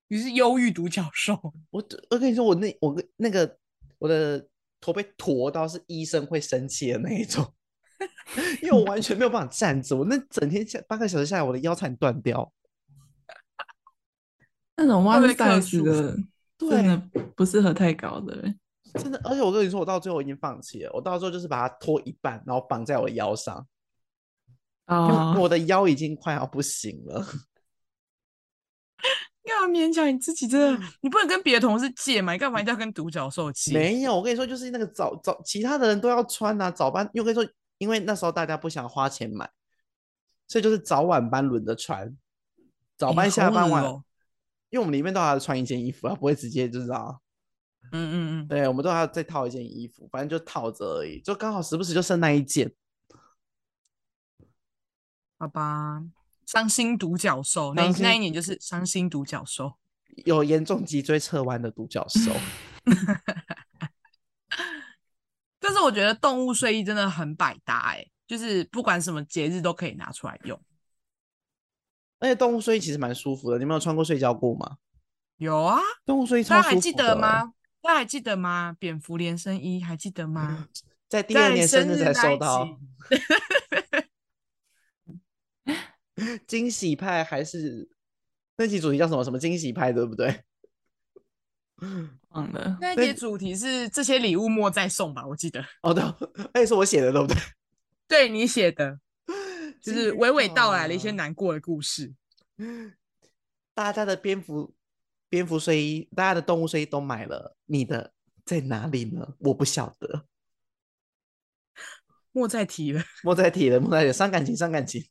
S3: 你是忧郁独角 兽，
S2: 我我跟你说，我那我跟那个我的驼背驼到是医生会生气的那一种， 因为我完全没有办法站着，我那整天下八个小时下来，我的腰差点断掉。
S1: 那种弯
S3: 会被克
S1: size
S3: 数
S1: 的真的不适合太高的人。
S2: 真的，而且我跟你说，我到最后已经放弃了，我到最后就是把它拖一半，然后绑在我的腰上，因为
S1: 啊，
S2: 我的腰已经快要不行了。
S3: 干嘛勉强你自己？真的，你不能跟别的同事借嘛？你干嘛一定要跟独角兽借？
S2: 没有，我跟你说，就是那个早早，其他的人都要穿啊，早班，因为我跟你说，因为那时候大家不想花钱买，所以就是早晚班轮着穿，早
S3: 哎
S2: 班、下
S3: 好
S2: 班
S3: 恶
S2: 晚，
S3: 哦
S2: 因为我们里面都还要穿一件衣服啊，不会直接就是啊，
S3: 嗯嗯嗯，
S2: 对，我们都还要再套一件衣服，反正就套着而已，就刚好时不时就剩那一件。
S3: 好吧。伤心独角兽，那
S2: 伤
S3: 一
S2: 心
S3: 那一年就是伤心独角兽。
S2: 有严重脊椎侧弯的独角兽，
S3: 但是我觉得动物睡衣真的很百搭哎、就是不管什么节日都可以拿出来用。
S2: 而且动物睡衣其实蛮舒服的。你们有穿过睡觉裤吗？
S3: 有啊，
S2: 动物睡衣
S3: 大
S2: 超
S3: 家
S2: 舒服
S3: 还记
S2: 的
S3: 得
S2: 欸？
S3: 吗？大家还记得吗？蝙蝠连身衣还记得吗？
S2: 在第二
S3: 在
S2: 年生
S3: 日
S2: 才
S3: 那一
S2: 收到
S3: 集，
S2: 惊喜派还是那期主题叫什么什么惊喜派，对不对？
S1: 忘了。
S3: 那一节主题是这些礼物莫再送吧，我记得。
S2: 哦对，哎是我写的对不 对？
S3: 对你写的，就
S2: 惊
S3: 是
S2: 喜
S3: 娓娓道来了一些
S2: 派
S3: 难过的故事。
S2: 大家的蝙蝠蝙蝠睡衣，大家的动物睡衣都买了，你的在哪里呢？我不晓得。
S3: 莫再提了。
S2: 莫再提了，莫再提了，伤感情，伤感情。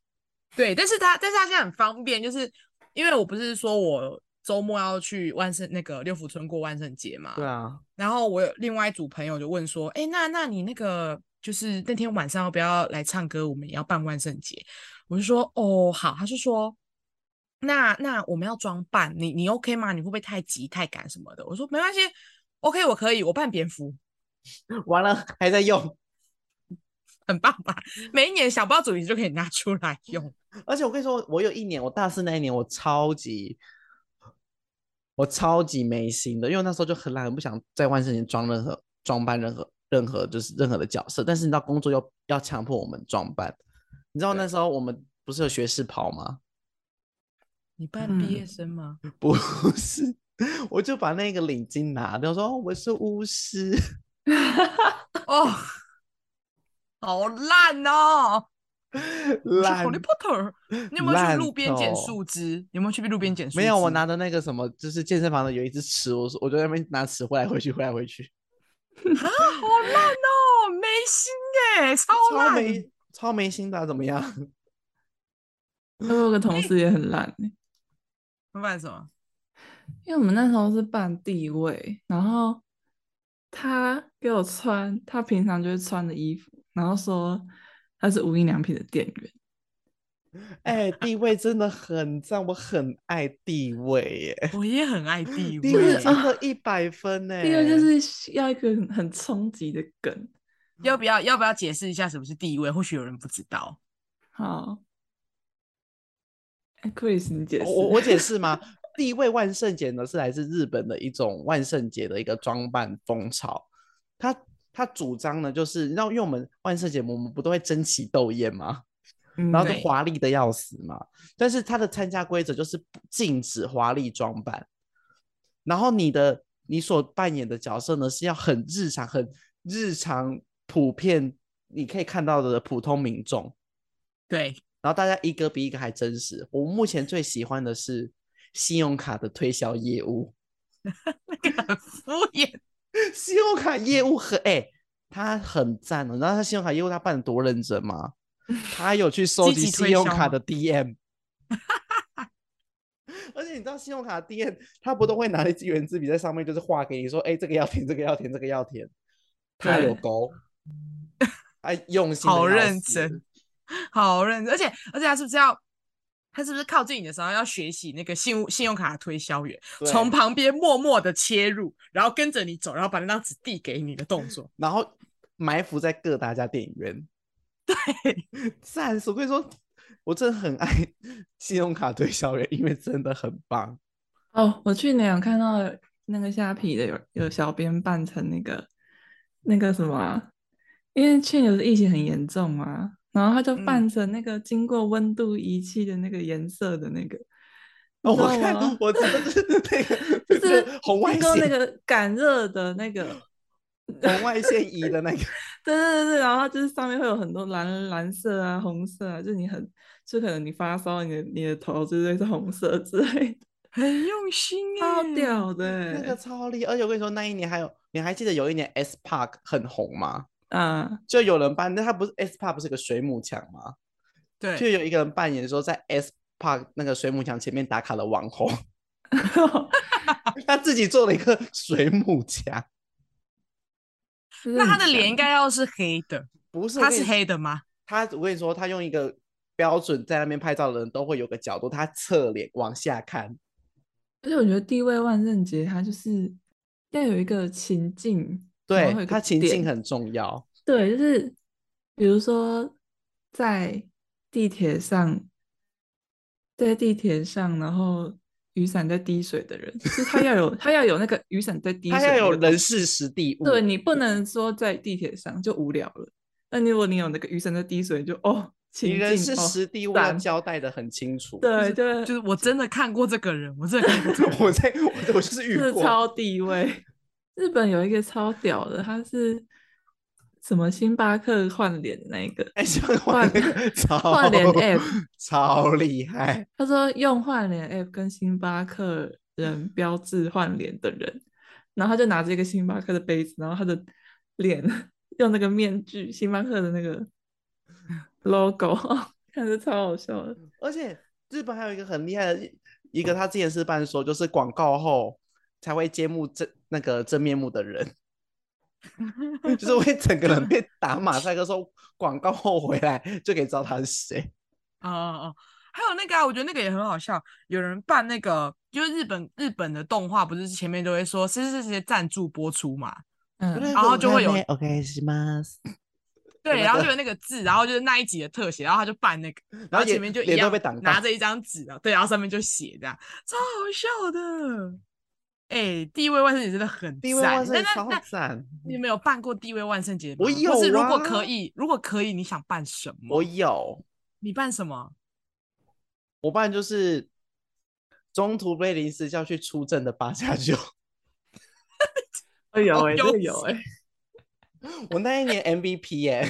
S3: 对，但是他但是他现在很方便，就是因为我不是说我周末要去万圣那个六福村过万圣节嘛，
S2: 对啊，
S3: 然后我有另外一组朋友就问说：“哎，那那你那个就是那天晚上要不要来唱歌？我们也要办万圣节。”我就说：“哦，好。”他就说：“那那我们要装扮，你你 OK 吗？你会不会太急太赶什么的？”我说：“没关系，OK，我可以，我扮蝙蝠，
S2: 完了还在用，
S3: 很棒吧？每一年小包主题就可以拿出来用。
S2: 而且我跟你说，我有一年，我大四那一年，我超级，我超级没心的，因为那时候就很懒，很不想在万圣节装任何装扮任何任何就是任何的角色。但是你知道，工作又要强迫我们装扮，你知道那时候我们不是有学士袍吗？
S3: 你扮
S1: 嗯
S3: 毕业生吗？
S2: 不是，我就把那个领巾拿掉，说、哦、我是巫师。
S3: 哦，好烂哦！我是
S2: 懒
S3: Harry Potter，你有没有去
S2: 烂
S3: 路边捡
S2: 透
S3: 树枝？你有没有去路边捡树
S2: 哦
S3: 枝？啊
S2: 没有，我拿的那个什么，就是健身房的有一只尺，我说我就在那边拿尺回来回去回来回去，
S3: 啊，好烂哦，没心哎、超
S2: 超
S3: 烂。
S2: 没超没心的啊、怎么样？
S1: 我有个同事也很烂欸、
S3: 不然什么？
S1: 因为我们那时候是办地位，然后他给我穿他平常就会穿的衣服，然后说他是无印良品的店员。
S2: 哎、地位真的很赞，我很爱地位耶，
S3: 我也很爱地
S2: 地位
S3: 位，
S2: 真的一百分哎呢。
S1: 第二就是要一个很很冲击的梗，
S3: 要不要要不要解释一下什么是地位？或许有人不知道。
S1: 好，哎，Chris，你解释。
S2: 我我我解释吗？第一位万圣节呢是来自日本的一种万圣节的一个装扮风潮，他他主张呢就是，你知道，因为我们万圣节我们不都会争奇斗艳吗？
S1: 嗯，
S2: 然后就
S3: 对
S2: 华丽的要死嘛。但是它的参加规则就是不禁止华丽装扮，然后你的你所扮演的角色呢是要很日常、很日常、普遍你可以看到的普通民众，
S3: 对，
S2: 然后大家一个比一个还真实。我目前最喜欢的是信用卡的推销业务，
S3: 那个很敷衍，
S2: 信用卡业务很哎。他很赞哦，你知道他信用卡业务他办的多认真吗？他有去收
S3: 积
S2: 集
S3: 极
S2: 信
S3: 推
S2: 用
S3: 销
S2: 卡
S3: 吗
S2: 的 DM，而且你知道信用卡 DM 他不都会拿一支圆珠笔在上面就是画给你说，哎、这个要填，这个要填，这个要填，他有
S1: 对
S2: 勾，他用心，
S3: 好认真，好认真，而且而且他是不是要？他是不是靠近你的时候要学习那个信物信用卡推销员，从
S2: 从
S3: 旁边默默的切入，然后跟着你走，然后把那张纸递给你的动作？
S2: 然后埋伏在各大家电影院，对， 赞死！我跟你说，我真的很爱 信用卡推销员，因为真的很棒。
S1: 哦，我去年有看到那个虾皮的有有小编扮成那个那个什么啊，因为去年不是疫情很严重嘛，然后他就
S3: 嗯
S1: 扮成那个经过温度仪器的那个颜色的那个，
S2: 哦，
S1: 你知
S2: 我
S1: 道
S2: 看
S1: 吗？
S2: 我真的是那个
S1: 就
S2: 那
S1: 是
S2: 个红外
S1: 经过那
S2: 线，
S1: 个感热的那个，
S2: 红外线仪 的那个，
S1: 对对对，然后就是上面会有很多蓝蓝色啊、红色啊，就你很就可能你发烧，你的你的头就会是红色之类的，
S3: 很用心
S1: 超
S3: 欸
S1: 屌的
S2: 嗯那个
S1: 欸
S2: 超厉害。而且我跟你说，那一年还有，你还记得有一年 S Park 很红吗？
S1: 啊！
S2: 就有人扮，那他不是 S Park 不是个水母墙吗？就
S3: 对，
S2: 有一个人扮演说在 S Park 那个水母墙前面打卡的网红， 他自己做了一个水母墙，
S3: 那 他的
S1: 就是很
S3: 脸应
S1: 强
S3: 该要是黑的，
S2: 不是
S3: 他
S2: 我跟
S3: 是
S2: 你
S3: 黑的吗？
S2: 他我跟你说，他用一个标准在那边拍照的人都会有个角度，他侧脸往下看，
S1: 而且我觉得地位万圣节它就是要有一个情境，然后会
S2: 对
S1: 有一
S2: 他
S1: 个
S2: 情
S1: 点
S2: 境很重要。
S1: 对，就是比如说在地铁上，在地铁上，然后雨伞在滴水的人，就是他要有他要有那个雨伞在滴水
S2: 他
S1: 的那
S2: 要
S1: 个
S2: 有
S1: 东
S2: 人
S1: 西
S2: 事实地物，
S1: 对你不能说在地铁上就无聊了。那如果你有那个雨伞在滴水，你就哦，
S2: 你
S1: 情
S2: 人
S1: 境
S2: 事
S1: 哦
S2: 实地物要
S1: 赞
S2: 交代的很清楚。
S1: 对，就是
S3: 就是我真的看过这个人，我真的看过这个人。
S2: 我在我我就是遇
S1: 是
S2: 过，
S1: 超地位。日本有一个超屌的，他是什么星巴克换脸的那一个，
S2: 哎，喜欢换那
S1: 换
S2: 个超
S1: 换脸 app
S2: 超厉害，
S1: 他说用换脸 app 跟星巴克人标志换脸的人，然后他就拿着一个星巴克的杯子，然后他的脸用那个面具，星巴克的那个 logo，看哦着超好笑的。
S2: 而且日本还有一个很厉害的一个，他之前是办说就是广告后才会揭幕真那个真面目的人， 就是会整个人被打马赛克，说广告后回来就可以知道他是谁。
S3: 哦哦，哦，还有那个啊，我觉得那个也很好笑。有人办那个，就是日本日本的动画，不是前面都会说谁谁谁谁赞助播出嘛？
S1: 嗯，
S3: 然后就会有
S2: OK 是吗？
S3: 对，
S2: 那
S3: 然后
S2: 个
S3: 就有那个字，然后就是那一集的特写，然后他就办那个，
S2: 然后
S3: 前
S2: 也
S3: 面就一
S2: 脸都
S3: 样
S2: 被挡到
S3: 拿着一张纸啊，对，然后上面就写这样，超好笑的。哎、地位万圣节真的很
S2: 第一位万
S3: 赞，
S2: 圣
S3: 那
S2: 节
S3: 那
S2: 超
S3: 那
S2: 赞。嗯
S3: 你有没有办过地位万圣节吗？
S2: 我
S3: 或是
S2: 有
S3: 如果
S2: 啊
S3: 可以，如果可以，你想办什么？
S2: 我有，
S3: 你办什么？
S2: 我办就是中途被临时叫去出阵的八加九。
S1: 哎有
S3: 好
S1: 哎、欸，
S3: 优
S1: 这个有
S3: 秀
S1: 哎、
S2: 我那一年 MVP 耶、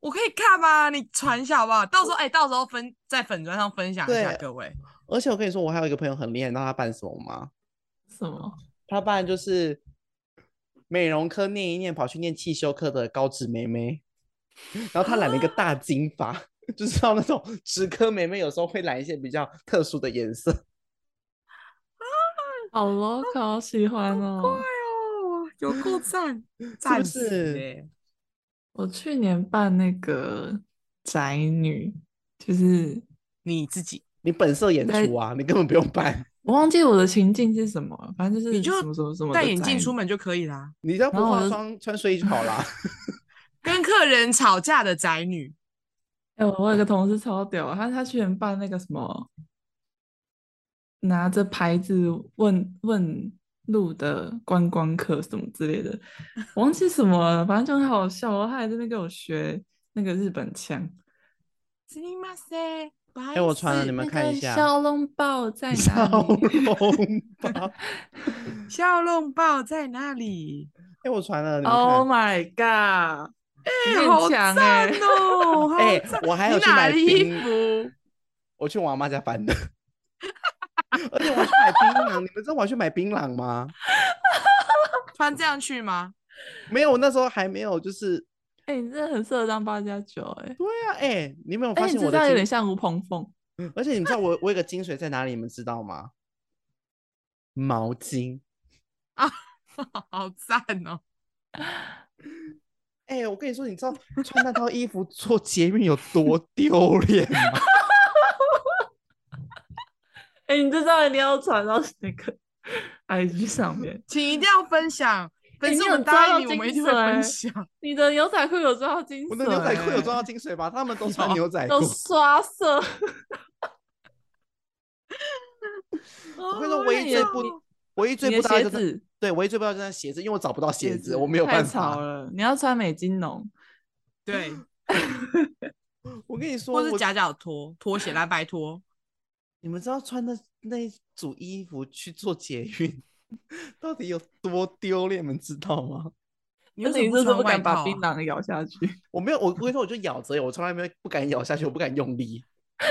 S3: 我可以看吗？你传一下好不好？到时候哎、到时候分在粉砖上分享一下
S2: 对
S3: 各位。
S2: 而且我跟你说，我还有一个朋友很厉害，你知道他办什么吗？
S1: 什么？
S2: 他办就是美容科念一念，跑去念汽修科的高职妹妹，然后他染了一个
S1: 啊
S2: 大金发， 就知道那种职科妹妹有时候会染一些比较特殊的颜色。
S1: 好 local，好喜欢哦。
S3: 哦，有够赞，嗯 赞死
S2: 是
S3: 欸
S1: 我去年办那个宅女，就是
S3: 你自己，
S2: 你本色演
S1: 对
S2: 出啊，你根本不用办。
S1: 我忘记我的情境是什么了，反正就是
S3: 你就
S1: 什么什么什么
S3: 戴
S1: 的
S3: 眼
S1: 宅
S3: 镜出
S1: 女
S3: 门就可以啦。
S2: 你只要不
S1: 然后我
S2: 化
S1: 就
S2: 妆，穿睡衣就好啦。
S3: 跟客人吵架的宅女，
S1: 哎、我我有个同事超屌啊，他他去年办那个什么，拿着牌子问问路的观光客什么之类的，我忘记什么了，反正就很好笑哦。他还在那边给我学那个日本腔。
S3: すみません。不好
S2: 哎我
S3: 意
S2: 传了
S3: 思
S2: 你们看一下
S1: 小笼 包 在哪
S2: 小
S1: 里？
S2: 笼包。
S3: 小笼包在哪里？
S2: 哎， 我传了，你们看。
S1: Oh my god！
S3: 哎、
S1: 有点
S3: 好
S1: 欸强
S3: 赞
S1: 哎
S3: 哦！好
S2: 哎、
S3: 赞
S2: 我还
S3: 你
S2: 有去
S3: 哪
S2: 买
S3: 的衣
S2: 槟
S3: 服，
S2: 我去我阿妈家翻的， 而且我还去买槟榔。你们知道我还去买槟榔吗？
S3: 穿这样去吗？
S2: 没有，我那时候还没有，就是
S1: 哎、你真的很适合当八加九哎，
S2: 对啊，哎、你没有
S1: 而
S2: 发
S1: 且
S2: 现
S1: 你
S2: 我
S1: 知
S2: 的
S1: 道有
S2: 精
S1: 点像吴鹏凤，
S2: 嗯而且你知道我我有个精髓在哪里，你们知道吗？毛巾。
S3: 好赞哦！
S2: 哎、我跟你说，你知道穿那套衣服做捷运有多丢脸吗？
S1: 哎、你知道一定要传到那 个 IG 上面。
S3: 请一定要分享，粉
S1: 哎
S3: 丝
S1: 你
S3: 我
S1: 有
S3: 们
S1: 抓
S3: 答
S1: 到
S3: 应你，我们一
S1: 精欸
S3: 定会
S1: 髓
S3: 分享。
S1: 你的牛仔裤有抓到精髓、
S2: 我的牛仔裤有装到精髓吧？他们都穿
S3: 有
S2: 牛仔裤。
S1: 有 刷色。
S2: 我
S3: 我
S2: 跟你说，唯一最不，唯一最
S1: Oh
S2: 不
S1: 你的
S2: 搭
S1: 鞋
S2: 就是
S1: 子，
S2: 对，唯一最不搭就是那鞋子，因为我找不到鞋子，我没有
S1: 太
S2: 办法。
S1: 潮了。你要穿美津 浓，
S3: 对，
S2: 我跟你说，
S3: 或是
S2: 我
S3: 夹脚拖、拖鞋、蓝白拖，
S2: 你们知道穿的那一组衣服去做捷运 到底有多丢脸，你们知道吗？
S3: 你为
S1: 而且
S3: 什
S1: 你
S3: 么
S1: 是不
S3: 穿
S1: 是不
S3: 外
S1: 敢把
S3: 套
S1: 槟
S3: 啊
S1: 榔咬下去？
S2: 我没有，我跟你说，我就咬着，我从来没有不敢咬下去，我不敢用力。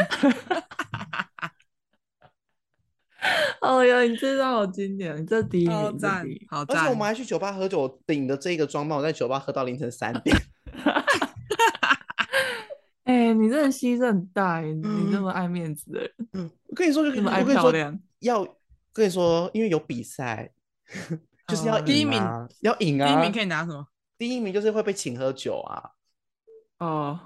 S1: 哦哟，你这让我经典，你这第一
S3: 好
S1: 名，这
S3: 赞
S1: 第一名，
S3: 好
S2: 而且我
S3: 赞
S2: 们！还去酒吧喝酒，顶着这个装扮，我在酒吧喝到凌晨三点。
S1: 哎、你这个牺牲很大，欸你你这么爱面子的人，
S2: 我跟你说，就
S1: 这
S2: 跟
S1: 么爱
S2: 嗯我跟你
S1: 漂
S2: 说
S1: 亮，
S2: 要跟你说，因为有比赛，就是要
S1: 哦第一
S2: 赢
S3: 嗯名
S2: 啊要赢
S3: 第
S2: 啊。
S3: 一名可以拿什么？
S2: 第一名就是会被请喝酒啊，
S1: 哦，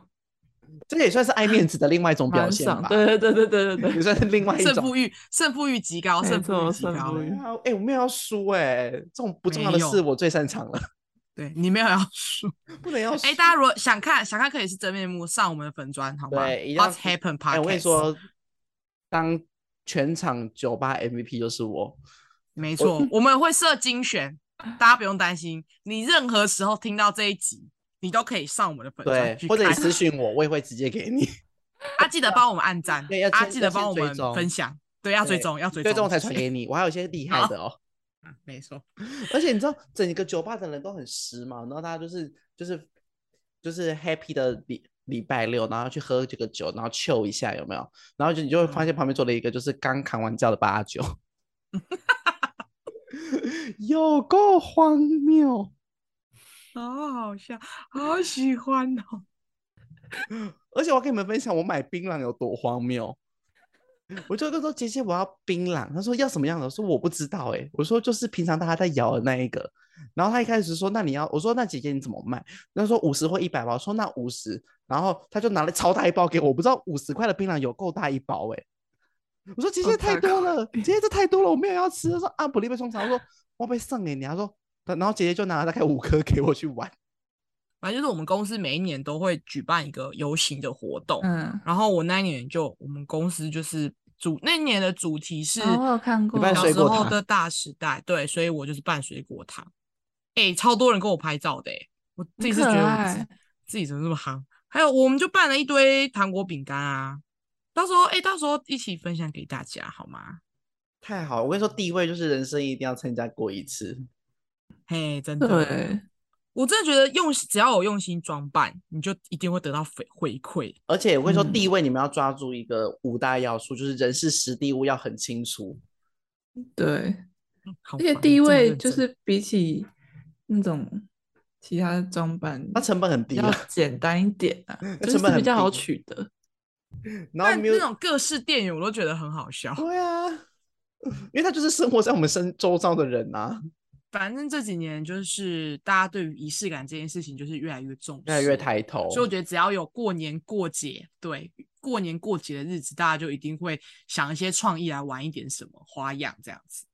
S2: 这也算是爱面子的另外一种表
S1: 蛮
S2: 现
S1: 爽
S2: 吧。。
S1: 对对对对对对
S2: 也
S1: 对，
S2: 算是另外一
S3: 胜
S2: 种
S3: 负欲，胜负欲极高，
S1: 没
S3: 胜负欲
S1: 错
S3: 极
S1: 胜
S3: 高
S1: 负。
S2: 对
S1: 欲
S2: 啊，哎、我没有要输哎、这种不重要的
S3: 没有
S2: 事我最擅长了，
S3: 对你没有要 输。
S2: 不能要输。
S3: 哎，大家如果想看，想看可以是真面目，上我们的粉砖好吗
S2: 对，一定要
S3: ？What's Happen Podcast？
S2: 哎、我跟你，说，当全场酒吧 MVP 就是我，
S3: 没错，我们会设精选，大家不用担心。你任何时候听到这一集，你都可以上我们的粉
S2: 对
S3: 砖去，
S2: 或者你
S3: 看。
S2: 私信我，我也会直接给你，
S3: 啊，记得帮我们按赞
S2: 对要，
S3: 啊，
S2: 先
S3: 记
S2: 要
S3: 得帮
S2: 先
S3: 我
S2: 追
S3: 们
S2: 踪
S3: 分享，对，要追
S2: 对
S3: 踪，要追
S2: 最终
S3: 踪
S2: 我才传给你。我还有一些厉害的哦，
S3: 啊没错，
S2: 而且你知道，整个酒吧的人都很时髦，然后大家就是就是就是 happy 的礼礼拜六，然后去喝这个酒，然后 chill 一下，有没有？然后就你就会发现旁边坐了一个就是刚扛完教的八九， 有够荒谬。
S3: 好好笑，好喜欢哦。
S2: 而且我要跟你们分享我买槟榔有多荒谬。我就跟他说姐姐我要槟榔，他说要什么样的？我说我不知道哎、我说就是平常大家在摇的那一个。然后他一开始说那你要，我说那姐姐你怎么卖？他说五十或一百吧，我说那五十。然后他就拿了超大一包给我，我不知道五十块的槟榔有够大一包哎、我说姐姐
S1: 哦
S2: 太
S1: 大
S2: 多 了，姐姐这太多了，我没有要吃。他说啊不利被冲肠，我说我被送给你。啊他说，然后姐姐就拿了大概五颗给我去玩。
S3: 反正就是我们公司每一年都会举办一个游行的活动，
S1: 嗯，
S3: 然后我那一年就我们公司就是主那一年的主题是
S1: 哦我有看过
S2: 办
S3: 小
S2: 水
S3: 时
S2: 果
S3: 候
S2: 糖
S3: 的大时代，对，所以我就是办水果糖。哎、超多人跟我拍照的、欸，我自己是觉
S1: 可
S3: 得我自
S1: 爱
S3: 自己怎么这么夯。还有，我们就办了一堆糖果饼干啊，到时候哎、到时候一起分享给大家好吗？
S2: 太好了，我跟你说，地位就是人生一定要参加过一次。
S3: 嘿，真的，
S1: 对，
S3: 我真的觉得用只要有用心装扮，你就一定会得到回回馈。
S2: 而且我跟你说，
S1: 嗯
S2: 地位你们要抓住一个五大要素，就是人事实地物要很清楚。
S1: 对，
S3: 嗯好
S1: 而且
S3: 烦
S1: 地
S3: 这么
S1: 位
S3: 认
S1: 就
S3: 真
S1: 是比起那种其他的装扮，
S2: 它成本很低
S1: 比较
S2: 啊，
S1: 简单一点 啊，就是
S2: 成本
S1: 比
S2: 很
S1: 较好
S2: 低
S1: 取得。
S2: 然后
S3: 但
S2: 没有
S3: 那种各式电影我都觉得很好笑。
S1: 哦
S2: 对啊，因为他就是生活在我们身周遭的人啊，
S3: 反正这几年就是大家对于仪式感这件事情就是越来越重视，
S2: 越来越抬头。
S3: 所以我觉得只要有过年过节，对过年过节的日子，大家就一定会想一些创意来玩一点什么花样这样子。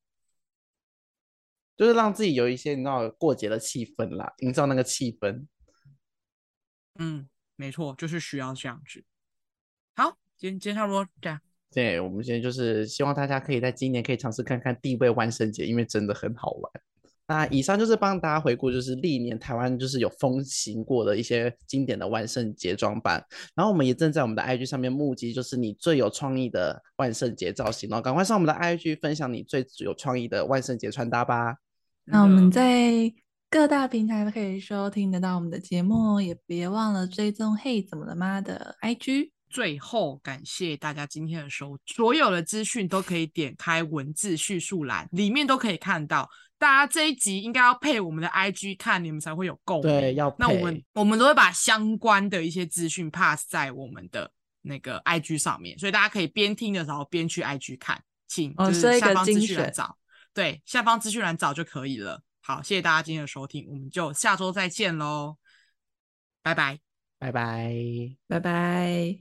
S2: 就是让自己有一些你知道过节的气氛啦，营造那个气氛。
S3: 嗯，没错，就是需要这样子。好，今天今天差不多这样。
S2: 对，我们现在就是希望大家可以在今年可以尝试看看地位万圣节，因为真的很好玩。那以上就是帮大家回顾，就是历年台湾就是有风行过的一些经典的万圣节装扮，然后我们也正在我们的 IG 上面募集，就是你最有创意的万圣节造型哦，赶快上我们的 IG 分享你最有创意的万圣节穿搭吧。
S1: 那我们在各大平台都可以收听得到我们的节目哦，也别忘了追踪“嘿怎么了吗”的 IG。
S3: 最后，感谢大家今天的收，所有的资讯都可以点开文字叙述栏，里面都可以看到。大家这一集应该要配我们的 IG 看，你们才会有共鸣。
S2: 对，要
S3: 那我们
S2: 配
S3: 我们都会把相关的一些资讯 pass 在我们的那个 IG 上面，所以大家可以边听的时候边去 IG 看，请
S1: 哦
S3: 就是
S1: 设一
S3: 下
S1: 个
S3: 方资
S1: 精
S3: 讯栏
S1: 选
S3: 找，对，下方资讯栏找就可以了。好，谢谢大家今天的收听，我们就下周再见喽，拜拜。
S2: 拜拜。
S1: 拜拜。